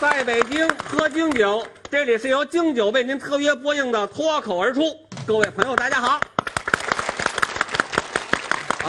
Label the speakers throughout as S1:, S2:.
S1: 在北京喝京酒，这里是由京酒为您特约播映的《脱口而出》。各位朋友，大家好。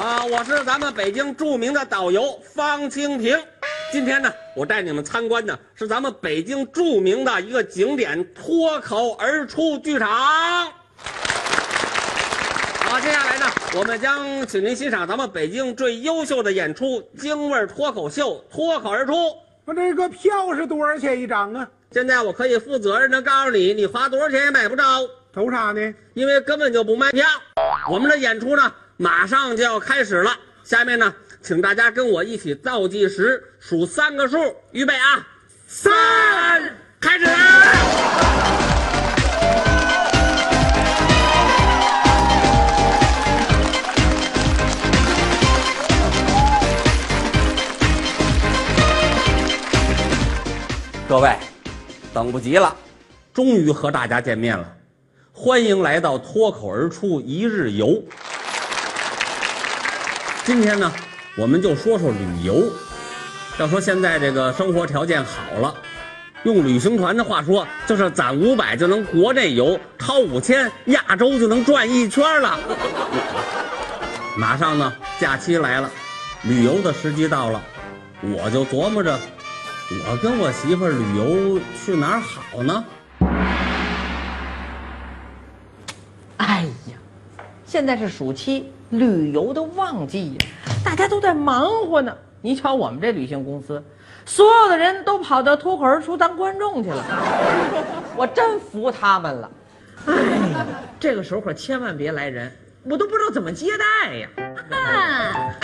S1: 啊，我是咱们北京著名的导游方清平。今天呢，我带你们参观的是咱们北京著名的一个景点——脱口而出剧场。好，接下来呢，我们将请您欣赏咱们北京最优秀的演出——京味儿脱口秀《脱口而出》。
S2: 我这个票是多少钱一张啊？
S1: 现在我可以负责任的告诉你，你花多少钱也买不着，
S2: 投啥呢？
S1: 因为根本就不卖票。我们的演出呢，马上就要开始了。下面呢，请大家跟我一起倒计时，数三个数，预备啊，三，开始。各位，等不及了，终于和大家见面了，欢迎来到脱口而出一日游。今天呢，我们就说说旅游。要说现在这个生活条件好了，用旅行团的话说，就是攒五百就能国内游，掏五千亚洲就能转一圈了。马上呢，假期来了，旅游的时机到了，我就琢磨着，我跟我媳妇儿旅游去哪儿好呢？
S3: 哎呀，现在是暑期，旅游的旺季呀，大家都在忙活呢。你瞧我们这旅行公司，所有的人都跑到脱口而出当观众去了， 我真服他们了。哎，这个时候可千万别来人，我都不知道怎么接待呀。啊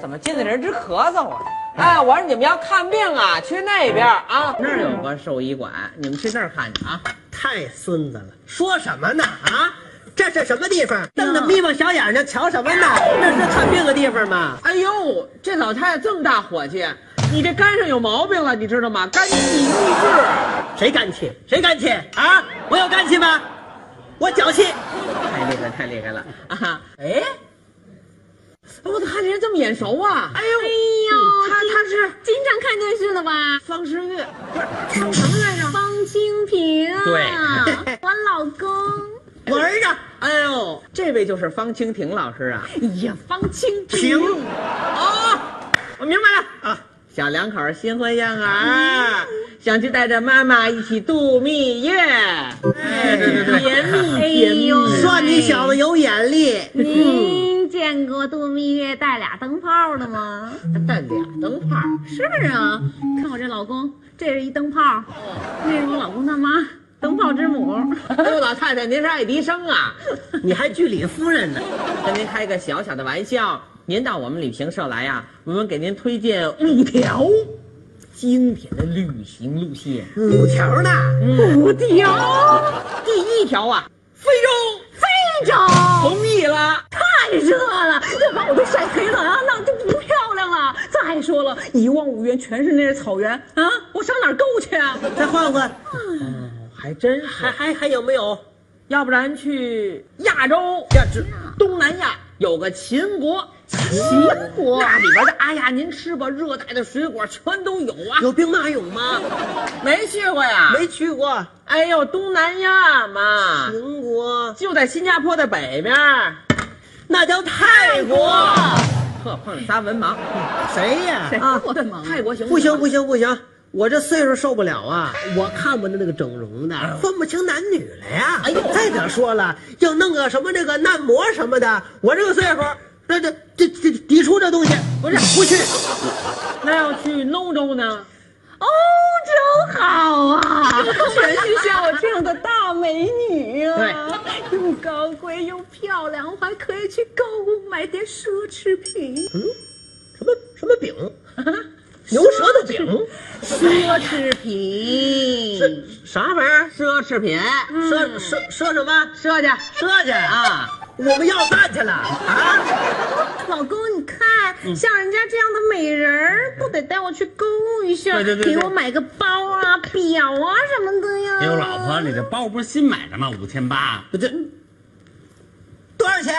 S3: 怎么进来人直咳嗽啊？哎，我说你们要看病啊，去那边啊，那儿有个兽医馆，你们去那儿看去啊。
S4: 太孙子了，说什么呢？啊，这是什么地方？瞪着眯缝小眼睛瞧什么呢？那是看病的地方吗？
S3: 哎呦，这老太太这么大火气，你这肝上有毛病了，你知道吗？ 肝气郁滞。
S4: 谁干气？谁干气啊？我有干气吗？我脚气。
S3: 太厉害，太厉害了啊！哎，我怎么看这人这么眼熟啊？哎呦，
S5: 哎呦，
S3: 他他是
S5: 经常看电视了吧？
S3: 方世玉，
S5: 叫什么来着？方清平。
S1: 对，
S5: 我老公。
S3: 我儿子。哎呦，这位就是方清婷老师啊。
S5: 哎呀，方清平。
S3: 哦，我明白了啊。小两口新婚燕
S5: 嗯
S3: 尔，想去带着妈妈一起度蜜月，哎，甜蜜
S5: 哎呦，
S4: 说你小子有眼力，
S5: 您见过度蜜月带俩灯泡的吗？
S3: 带俩灯泡，
S5: 是 啊，看我这老公，这是一灯泡，那是我老公他妈，灯泡之母。哦
S3: 哎呦，老太太，您是爱迪生啊？
S4: 你还居里夫人呢。
S3: 跟您开个小小的玩笑，您到我们旅行社来呀、我们给您推荐五条经典的旅行路线。
S4: 五条呢？
S3: 五条，第一条啊，非洲，
S5: 非洲
S3: 同意了。
S5: 太热了，这把我都晒黑了啊！那就不漂亮了。再说了，一望无边全是那是草原啊，我上哪儿够去啊？
S4: 再换换，
S3: 还真是，
S4: 哦还还还有没有？
S3: 要不然去亚洲，
S4: 呀，这
S3: 东南亚有个秦国，秦国那里边的，哎呀，您吃吧，热带的水果全都有啊。
S4: 有兵马俑吗？
S3: 没去过呀？
S4: 没去过。
S3: 哎呦，东南亚嘛，
S4: 秦国
S3: 就在新加坡的北边儿，
S4: 那叫泰国。
S3: 呵，碰上仨文盲
S4: 谁呀？
S3: 啊！
S5: 我的妈呀
S3: 泰国行
S4: 不行
S3: 吗
S4: 不行不行，我这岁数受不了啊！我看不得那个整容的，分不清男女了呀！嗯哎呦，再者说了，要弄个什么这个按摩什么的，我这个岁数，这这这这抵触这东西，不是不去。
S3: 那要去欧洲呢？
S5: 欧洲好啊，全是像我这样的大美女啊， 又高贵又漂亮，我还可以去购物买点奢侈品。
S4: 什么什么 饼，牛舌头饼，
S5: 奢侈品，嗯
S3: 啥玩意儿？奢侈品，
S4: 说说说什么
S3: 奢去
S4: 说去啊？
S3: 啊！
S4: 我们要饭去了啊！
S5: 老公，你看，像人家这样的美人儿，不得带我去购物一下，
S1: 对对对
S5: 给我买个包啊、表啊什么的呀？
S1: 哎呦，老婆，你这包不是新买的吗？五千八。
S4: 这多少钱？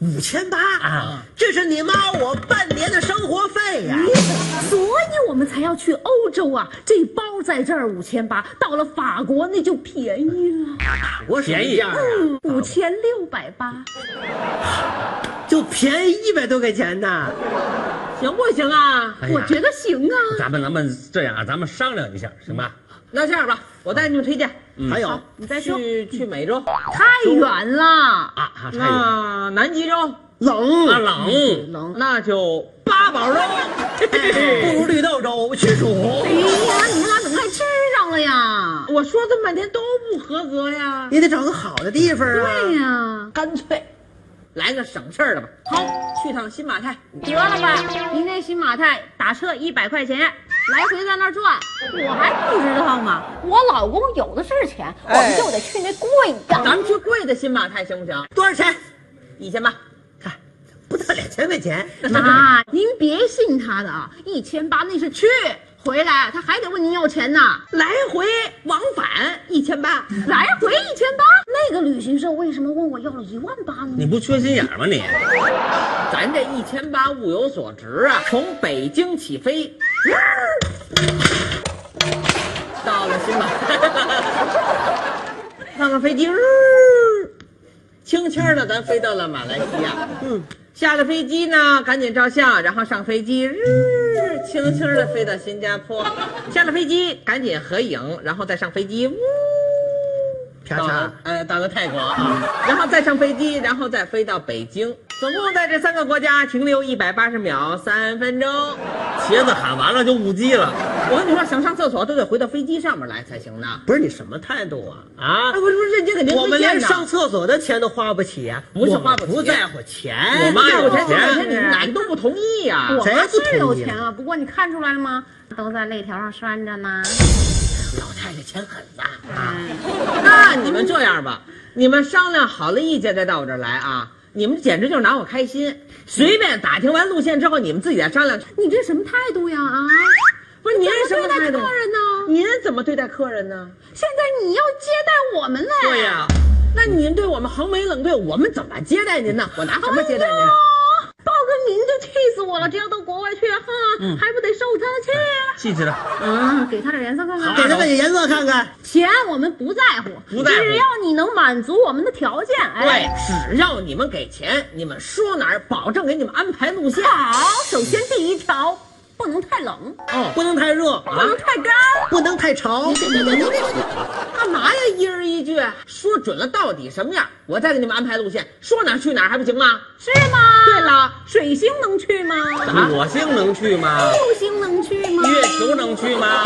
S4: 五千八啊，这是你妈我半年的生活费呀、
S5: 所以我们才要去欧洲啊！这包在这儿五千八，到了法国那就便宜了，
S4: 我什么
S1: 哎
S4: 价啊？
S5: 五千六百八。
S4: 就便宜一百多块钱呢。
S3: 行不行啊？
S1: 哎呀
S5: 我觉得行啊，
S1: 咱们咱们这样啊，咱们商量一下，行吧？
S3: 那这样吧，我带你们推荐，
S4: 还有
S3: 你再去去美洲
S5: 太远了。
S1: 啊啊，太远
S3: 那南极洲
S4: 冷，
S1: 啊，冷，
S3: 冷，那就八宝粥。
S4: 不如绿豆粥，去暑。
S5: 哎呀，你们俩怎么还吃上了呀？
S3: 我说这么半天都不合格呀，
S4: 也得找个好的地方啊。
S5: 对哎呀，
S3: 干脆来个省事儿的吧。好，去趟新马泰。
S5: 得了吧，离那新马泰打车一百块钱，来回在那儿转，我还不知道吗？
S6: 我老公有的是钱，我们
S1: 哎
S6: 就得去那贵的。
S3: 咱们去贵的新马泰行不行？
S4: 多少钱？
S3: 一千八。
S4: 看，不到两千块钱。
S3: 啊
S5: 妈，您别信他的啊，一千八那是去。回来他还得问您要钱呢，
S3: 来回往返一千八，
S5: 来回一千八。那个旅行社为什么问我要了一万八呢？
S1: 你不缺心眼儿吗你？
S3: 咱这一千八物有所值啊！从北京起飞，到了新马泰，看看飞机，呃轻轻的咱飞到了马来西亚。嗯，下了飞机呢，赶紧照相，然后上飞机，呃轻轻的飞到新加坡。下了飞机，赶紧合影，然后再上飞机，呜。
S4: 啪
S3: 到
S4: 嚓
S3: 了，呃，到了泰国 啊，然后再上飞机，然后再飞到北京，总共在这三个国家停留一百八十秒，三分钟。
S1: 茄子喊完了就误机了。
S3: 我跟你说，想上厕所都得回到飞机上面来才行呢。
S4: 不是你什么态度啊？啊
S3: 啊，！不是不是，这肯定
S4: 我们连上
S3: 厕
S4: 厕所的钱都花不起啊！
S3: 不是花不起
S4: 我们不在乎钱。
S1: 我妈
S3: 所
S1: 有
S3: 前几
S1: 钱
S3: 天你
S5: 啊
S3: 们哪个都不同意呀、
S5: 我
S4: 谁
S5: 们
S4: 不
S5: 是有
S4: 同意
S5: 钱啊，不过你看出来了吗？都在肋条上拴着呢。
S4: 老太太钱狠呐。
S3: 哎
S5: 啊
S3: 那你们这样吧，你们商量好了意见再到我这儿来啊。你们简直就是拿我开心，随便打听完路线之后，你们自己再商量。
S5: 你这什么态度呀？啊，
S3: 不是您是
S5: 怎
S3: 什
S5: 么
S3: 么
S5: 对待
S3: 态度？
S5: 客人呢？
S3: 您怎么对待客人呢？
S5: 现在你要接待我们嘞？
S3: 对呀、那您对我们横眉冷对，我们怎么接待您呢？我拿什么接待您？
S5: 哦，报个名就气死我了！这要到国外去啊哈，
S3: 嗯
S5: 还不得受他的气？
S1: 气气的，
S5: 啊，给他点颜色看看。
S4: 给他们颜色看看，
S5: 钱我们不在乎，
S1: 不在乎
S5: 只要你能满足我们的条件，
S3: 对
S5: 哎，，
S3: 只要你们给钱，你们说哪儿，保证给你们安排路
S1: 哦
S3: 线。
S5: 好。首先第一条，不能太冷，
S3: 哦
S4: 不能太热，
S3: 啊
S5: 不
S1: 嗯
S5: 能太干。
S4: 不能太潮。
S3: 干嘛呀？一人一句，说准了到底什么样，我再给你们安排路线，说哪儿去哪儿还不行吗？
S5: 是吗？
S3: 对，了，
S5: 水星能去吗？
S3: 啊
S1: 火星能去吗？
S5: 木星能去吗？
S1: 月球能去吗？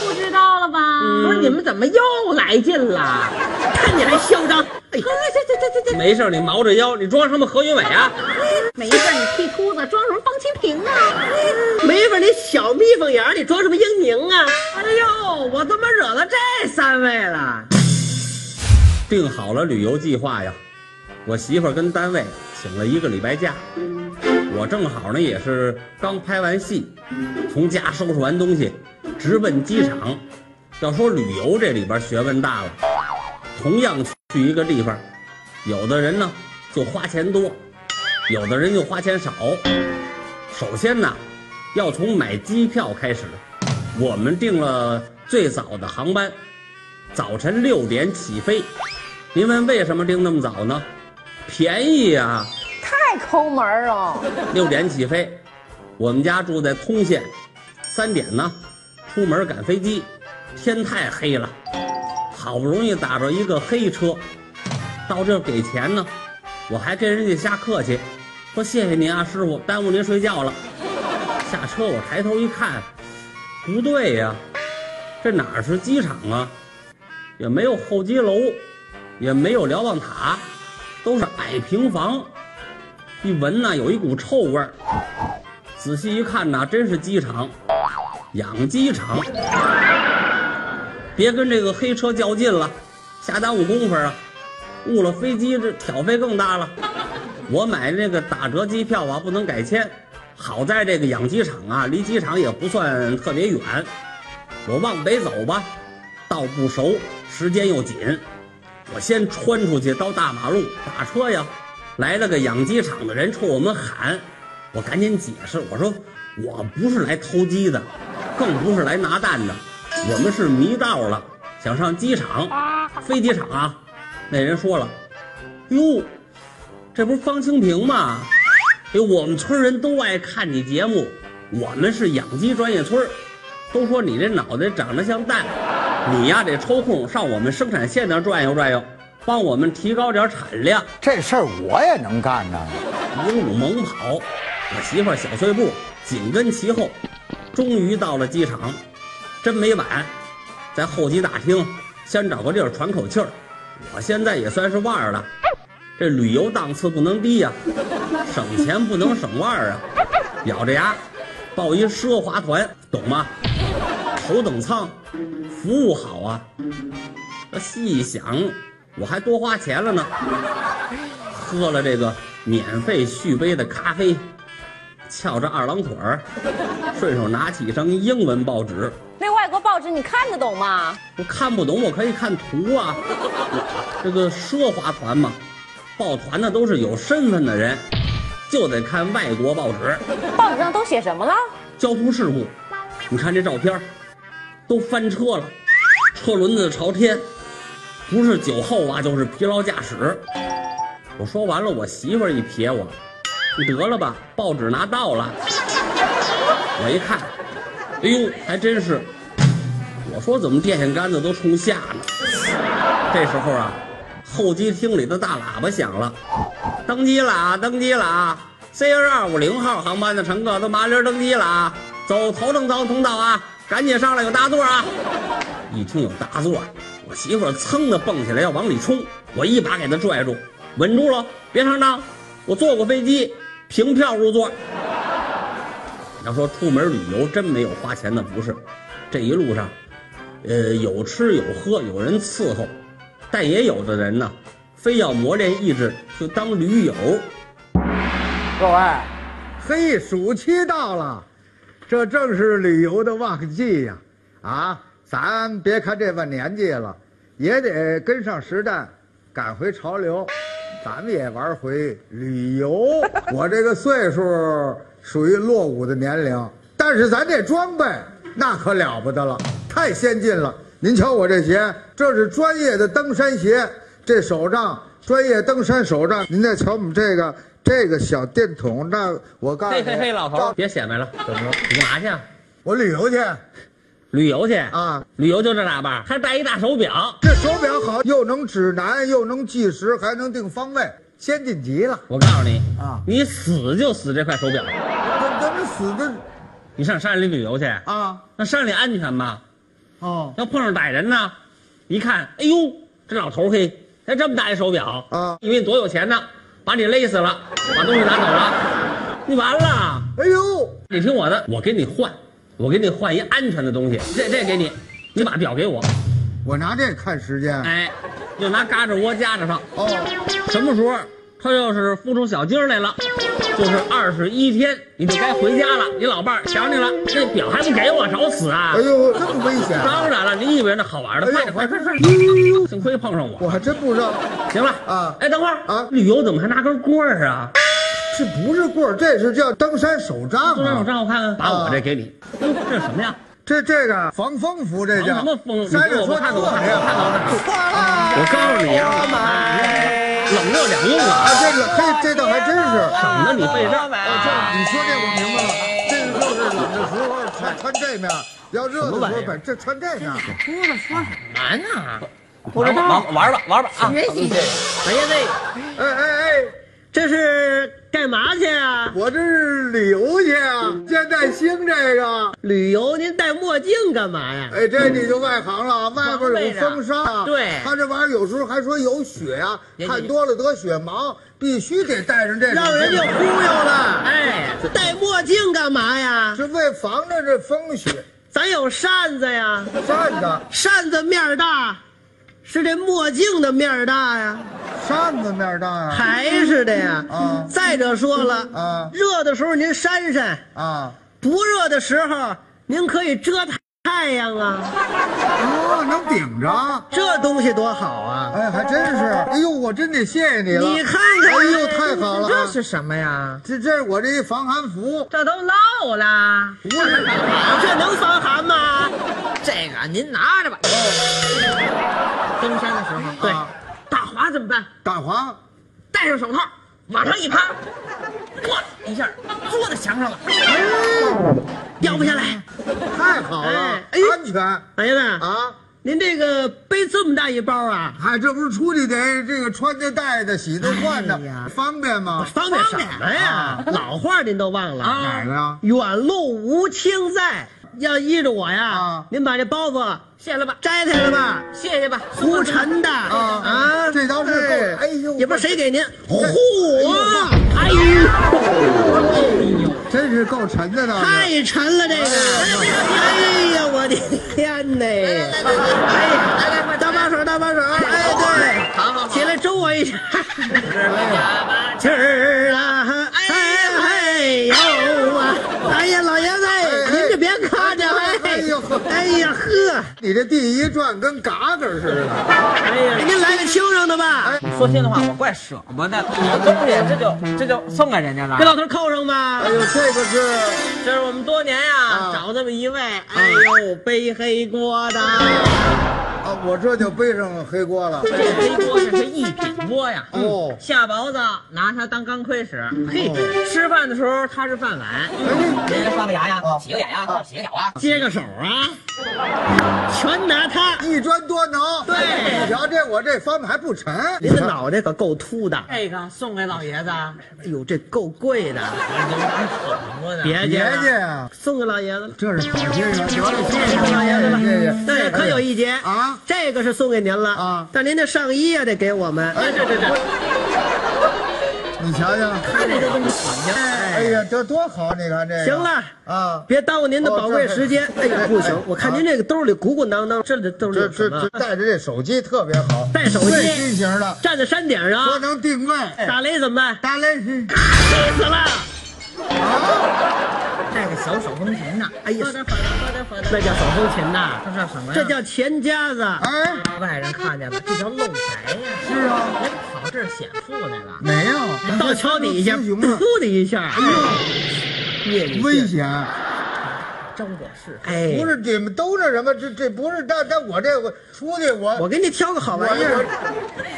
S5: 不知道了吧？
S3: 不是你们怎么又来劲了？
S1: 嗯
S3: 看你还嚣张！哎呀，这这这这这，
S1: 没事儿，你毛着腰，你装什么何云伟啊？
S5: 没事，你剃秃子装什么方清平啊？
S4: 没法，你小蜜蜂眼儿里装什么英宁啊？
S3: 哎呦，我怎么惹了这三位了？
S1: 定好了旅游计划呀，我媳妇儿跟单位请了一个礼拜假，我正好呢也是刚拍完戏，从家收拾完东西，直奔机场。要说旅游这里边学问大了，同样去一个地方，有的人呢就花钱多，有的人就花钱少。首先呢，要从买机票开始，我们订了最早的航班，早晨六点起飞。您问为什么订那么早呢？便宜啊，
S6: 太抠门儿了，
S1: 六点起飞。我们家住在通县，三点呢出门赶飞机，天太黑了，好不容易打着一个黑车，到这儿给钱呢，我还跟人家瞎客气，说谢谢您啊，师傅，耽误您睡觉了。下车我抬头一看，不对呀、这哪儿是机场啊？也没有候机楼，也没有瞭望塔，都是矮平房。一闻呐，有一股臭味儿。仔细一看呐，真是机场，养鸡场。别跟这个黑车较劲了，瞎耽误工夫啊！误了飞机，这挑费更大了。我买这个打折机票啊，不能改签。好在这个养鸡场啊，离机场也不算特别远。我往北走吧，道不熟，时间又紧，我先穿出去到大马路打车呀。来了个养鸡场的人冲我们喊，我赶紧解释，我说我不是来偷鸡的，更不是来拿蛋的，我们是迷道了，想上鸡场，飞机场啊。那人说了，哟，这不是方清平吗？哎，我们村人都爱看你节目，我们是养鸡专业村儿，都说你这脑袋长得像蛋，你呀得抽空上我们生产线那儿转悠转悠，帮我们提高点产量。
S7: 这事儿我也能干呢。
S1: 鹦鹉猛跑，我媳妇儿小碎步紧跟其后，终于到了机场，真没晚，在候机大厅先找个地儿喘口气儿。我现在也算是腕儿了，这旅游档次不能低呀、省钱不能省腕儿啊，咬着牙报一奢华团，懂吗？头等舱，服务好啊。这细一想，我还多花钱了呢。喝了这个免费续杯的咖啡，翘着二郎腿儿，顺手拿起一张英文报纸。
S6: 那外国报纸你看得懂吗？
S1: 我看不懂，我可以看图啊。这个奢华团嘛，抱团的都是有身份的人，就得看外国报纸。
S6: 报纸上都写什么了？
S1: 交通事故，你看这照片儿，都翻车了，车轮子朝天，不是酒后啊，就是疲劳驾驶。我说完了，我媳妇儿一瞥我，你得了吧，报纸拿到了。我一看，哎呦，还真是。我说怎么电线杆子都冲下呢？这时候啊，候机厅里的大喇叭响了，登机了啊，登机了啊！C 二二五零号航班的乘客都麻溜登机了啊，走头等舱通道啊，赶紧上来有大座啊！一听有大座，啊我媳妇儿噌的蹦起来要往里冲，我一把给她拽住，稳住了，别上当，我坐过飞机，凭票入座。要说出门旅游真没有花钱的，不是，这一路上呃，有吃有喝，有人伺候，但也有的人呢，非要磨练意志，就当驴友。
S7: 各位，
S2: 嘿，暑期到了，
S7: 这正是旅游的旺季呀、啊！咱别看这把年纪了，也得跟上时代，赶回潮流。咱们也玩回旅游。我这个岁数属于落伍的年龄，但是咱这装备那可了不得了，太先进了。您瞧我这鞋，这是专业的登山鞋，这手杖专业登山手杖。您再瞧我们这个这个小电筒，那我告诉
S1: 嘿
S7: 你，
S1: 嘿嘿，老头
S7: 照
S1: 儿，别显摆了，
S7: 啊怎么了？
S1: 你干嘛去啊？
S7: 我旅游去
S1: 旅游去？
S7: 啊！
S1: 旅游就这打扮，还戴一大手表。
S7: 这手表好，又能指南，又能计时，还能定方位，先进极了。
S1: 我告诉你
S7: 啊
S1: 你死就死这块手表。
S7: 咱咱们死的
S1: 你上山里旅游去？
S7: 啊！
S1: 那山里安全吗？
S7: 哦
S1: 要碰上歹人呢？一看，哎呦，这老头嘿，才这么大一手表
S7: 啊
S1: 以为你多有钱呢，把你勒死了，把东西拿走了，你完了。
S7: 哎呦，
S1: 你听我的，我给你换，我给你换一安全的东西，这这给你，你把表给我，
S7: 我拿这看时间。
S1: 哎，就拿嘎吱窝夹着上，
S7: 哦，
S1: 什么时候他要是孵出小鸡儿来了，就是二十一天，你就该回家了。你老伴儿想你了，这表还不给我，找死啊
S7: 哎！呦，这么危险！啊
S1: 当然了，你以为那好玩的？
S7: 哎
S1: 快
S7: 呦
S1: 点，快点，快点！幸亏碰上我，
S7: 我还真不知道，
S1: 行了
S7: 啊
S1: 哎，等会儿
S7: 啊
S1: 旅游怎么还拿根棍儿啊？
S7: 这不是棍儿，这是叫登山手杖
S1: 都让我
S7: 啊。哎
S1: 让我看看，把我这给你。哟，这是什么呀？
S7: 这这个防风服，这叫
S1: 防什么风
S7: 山里
S1: 你给我
S7: 说
S1: 看看我
S7: 特
S1: 看
S7: 别
S1: 看我看看我看
S7: 好
S1: 看。
S7: 错了，
S1: 我告诉你
S7: 哎
S1: 啊，冷热两用
S7: 啊，
S1: 啊，
S7: 这个嘿，这倒还真是。
S1: 省得你费事儿。
S7: 哦，这你说这我明白了，这个就是冷的时候穿穿这面，要热的时候把这穿这面。
S3: 难啊！
S1: 不知道，玩玩吧，玩吧啊！
S4: 老爷子，
S7: 哎哎哎，
S4: 这是干嘛去啊？
S7: 我这是旅游去啊，现在兴这 个，
S4: 旅游您戴墨镜干嘛呀？
S7: 哎，这你就外行了，外边有风沙啊，
S4: 对
S7: 他这玩意儿有时候还说有雪啊，看多了得雪盲，必须得戴上这个，
S4: 让人家忽悠了。哎，戴墨镜干嘛呀？
S7: 是为防着这风雪
S4: 咱有扇子呀，
S7: 扇子，
S4: 扇子面儿大，是这墨镜的面儿大呀，
S7: 扇子面大啊
S4: 还是的呀。
S7: 啊
S4: 再者说了，
S7: 啊
S4: 热的时候您扇扇，
S7: 啊。
S4: 不热的时候您可以遮它。太阳啊，
S7: 哦，能顶着。
S4: 这东西多好啊！
S7: 哎，还真 是。哎呦，我真得谢谢你了。
S4: 你看看，
S7: 哎呦，太好了
S2: 这
S7: 啊。
S2: 是什么呀？
S7: 这这是我这一防寒服，
S3: 这都漏了。
S7: 不是
S4: 这能防寒吗？
S2: 这个您拿着吧。
S4: 登山哦的时候，对，
S7: 啊
S3: 打滑怎么办？
S7: 大黄，
S3: 戴上手套，往上一趴，哇一下坐在墙上了。
S4: 哎掉不下来。
S7: 太好了
S4: 哎，哎
S7: 安全啊！
S4: 哎呀子，您这个背这么大一包啊，
S7: 嗨，这不是出去得这个穿的、戴的、洗的、换
S4: 哎呀
S7: 的，方便吗？
S4: 方便什么呀？老话您都忘了啊
S7: 啊哪个呀？
S4: 远路无亲在，要依着我呀，
S7: 啊
S4: 您把这包袱
S3: 谢了吧，
S4: 摘开了吧，
S3: 谢谢吧。
S4: 胡抻的啊
S7: 啊这倒是够了哎呦
S4: 也不知道谁给您，嚯，啊
S7: 哎呦，真是够沉的呢。
S4: 太沉了这个，哎呀，我的天呐！哎呀，搭把手，搭把手，哎，对，好好，起来周我一下，气儿啊，哎呦啊，哎呀，老爷子，您就别看着，哎，哎呀呵，
S7: 你这第一转跟嘎嘎似的，
S4: 您来个轻声的吧，
S8: 你说心里话，我怪舍不得，我这不也这就这就送给人家了
S4: 给。老头扣上吧
S7: 哎。呦，这个是
S4: 这是我们多年呀
S7: 啊
S4: 找这么一位，哎呦，背黑锅的，
S7: 啊，我这就背上黑锅了。
S3: 这黑锅是一品锅呀。
S7: 哦，
S3: 嗯下雹子拿它当钢盔
S4: 哦
S3: 使，嘿，吃饭的时候它是饭碗，
S4: 嗯
S8: 人家刷个牙呀，
S3: 哦
S8: 洗个眼呀，洗个脚啊。
S4: 接个手啊，全拿它。
S7: 哎一砖多能。
S4: 对
S7: 你瞧这我这方子还不沉。
S4: 您的脑袋可够秃的，哎
S3: 这个送给老爷子，
S4: 呦，这够贵的，别
S7: 别
S4: 介
S7: 介
S4: 了，
S7: 啊，
S4: 送给老爷子了。
S7: 这是好心人，得了，谢
S4: 送给老爷子了，
S7: 哎谢谢。
S4: 对，可有一节
S7: 啊，
S4: 这个是送给您了
S7: 啊
S4: 但您的上衣也得给我们。
S7: 哎，这这这，你瞧瞧，哎呀，这多好！你看这个
S4: 行了
S7: 啊，
S4: 别耽误您的宝贵
S7: 哦这
S4: 时间。哎呀，不行
S7: 哎，
S4: 我看您这个兜里鼓鼓囊囊，这里兜里
S7: 这
S4: 有什
S7: 这
S4: 么
S7: 这带着这手机特别好，
S4: 带手机啊哎
S7: 最新型的，
S4: 站在山顶
S7: 说
S4: 上，
S7: 能定位，
S4: 打雷怎么办？
S7: 打雷是
S4: 气死了！
S2: 带个小手风琴呢，
S4: 哎呀，那叫手风琴呐，
S2: 这叫什么呀？
S4: 这叫钱夹子。
S7: 哎，
S2: 外人看见了，这叫漏财呀。
S7: 是啊，
S2: 人跑这儿显富来了。
S7: 没有，
S4: 到桥底下，
S7: 雌雄了
S4: 噗，的一下，哎
S7: 危险，
S4: 哎，
S7: 不是你们都那什么，这这不是，但但我这我出去
S4: 我
S7: 我
S4: 给你挑个好玩意儿。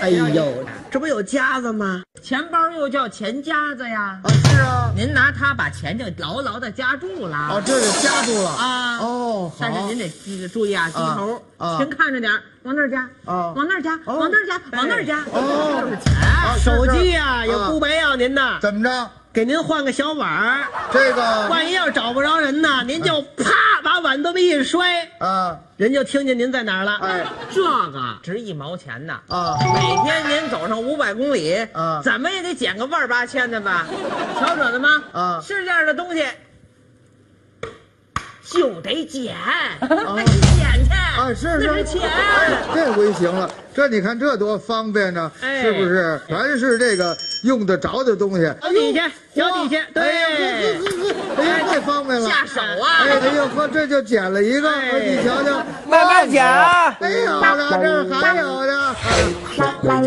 S4: 哎呦，这不有夹子吗？
S3: 钱包又叫钱夹子呀，
S7: 啊是啊，
S3: 您拿它把钱就牢牢的夹住了
S8: 哦
S7: 啊这就夹住了
S3: 啊
S7: 哦好
S3: 但是您得记得注意啊，低
S7: 啊
S8: 哦
S3: 头
S7: 啊，
S3: 您看着点儿，往那儿夹，
S7: 啊
S3: 往那儿夹，
S7: 哦
S3: 往那儿夹，
S8: 哎
S3: 往那儿夹，
S7: 哦
S3: 就是钱。
S7: 啊是
S4: 手机
S7: 是
S4: 呀，也不白要您呐，
S7: 怎么着，
S4: 给您换个小碗儿，
S7: 这个
S4: 万一要是找不着人呢，您就啪把碗这么一摔，
S7: 啊
S4: 人就听见您在哪儿了。
S7: 哎
S3: 这
S8: 啊
S3: 个值一毛钱呢，
S8: 哦
S7: 啊
S3: 每天您走上五百公里，
S7: 啊
S3: 怎么也得捡个万八千的 吧？瞧准了吗？
S8: 哦
S7: 啊
S3: 是这样的东西，就得捡，那得捡去
S7: 啊是是
S3: 那是钱。
S7: 哎这回行了，这你看这多方便呢，
S4: 哎
S7: 是不是？全是这个用得着的东西，
S4: 脚底下，脚底下，对，
S7: 哎呀，太方便了！
S3: 下手啊
S7: 哎哎呦呵，这就捡了一个，
S4: 哎
S7: 你瞧瞧，
S8: 慢慢捡啊
S7: 哎呦，这儿还有呢。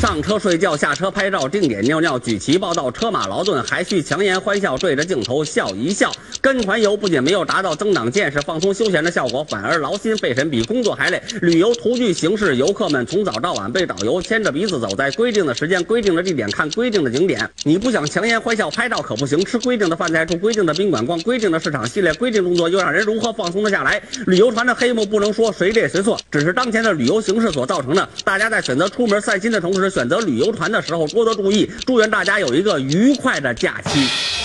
S1: 上车睡觉，下车拍照，定点尿尿，举旗报道，车马劳顿，还需强颜欢笑，对着镜头笑一笑。跟团游不仅没有达到增长见识、放松休闲的效果，反而劳心费神，比工作还累。旅游图具形式，游客们从早到晚被导游牵着鼻子走，在规定的时间、规定的地点看规定的景点。你不想强颜欢笑拍照可不行，吃规定的饭菜，住规定的宾馆，逛规定的市场，系列规定动作又让人如何放松得下来？旅游团的黑幕不能说谁对谁错，只是当前的旅游形势所造成的。大家在选择出门散心的同时，选择旅游团的时候多多注意，祝愿大家有一个愉快的假期。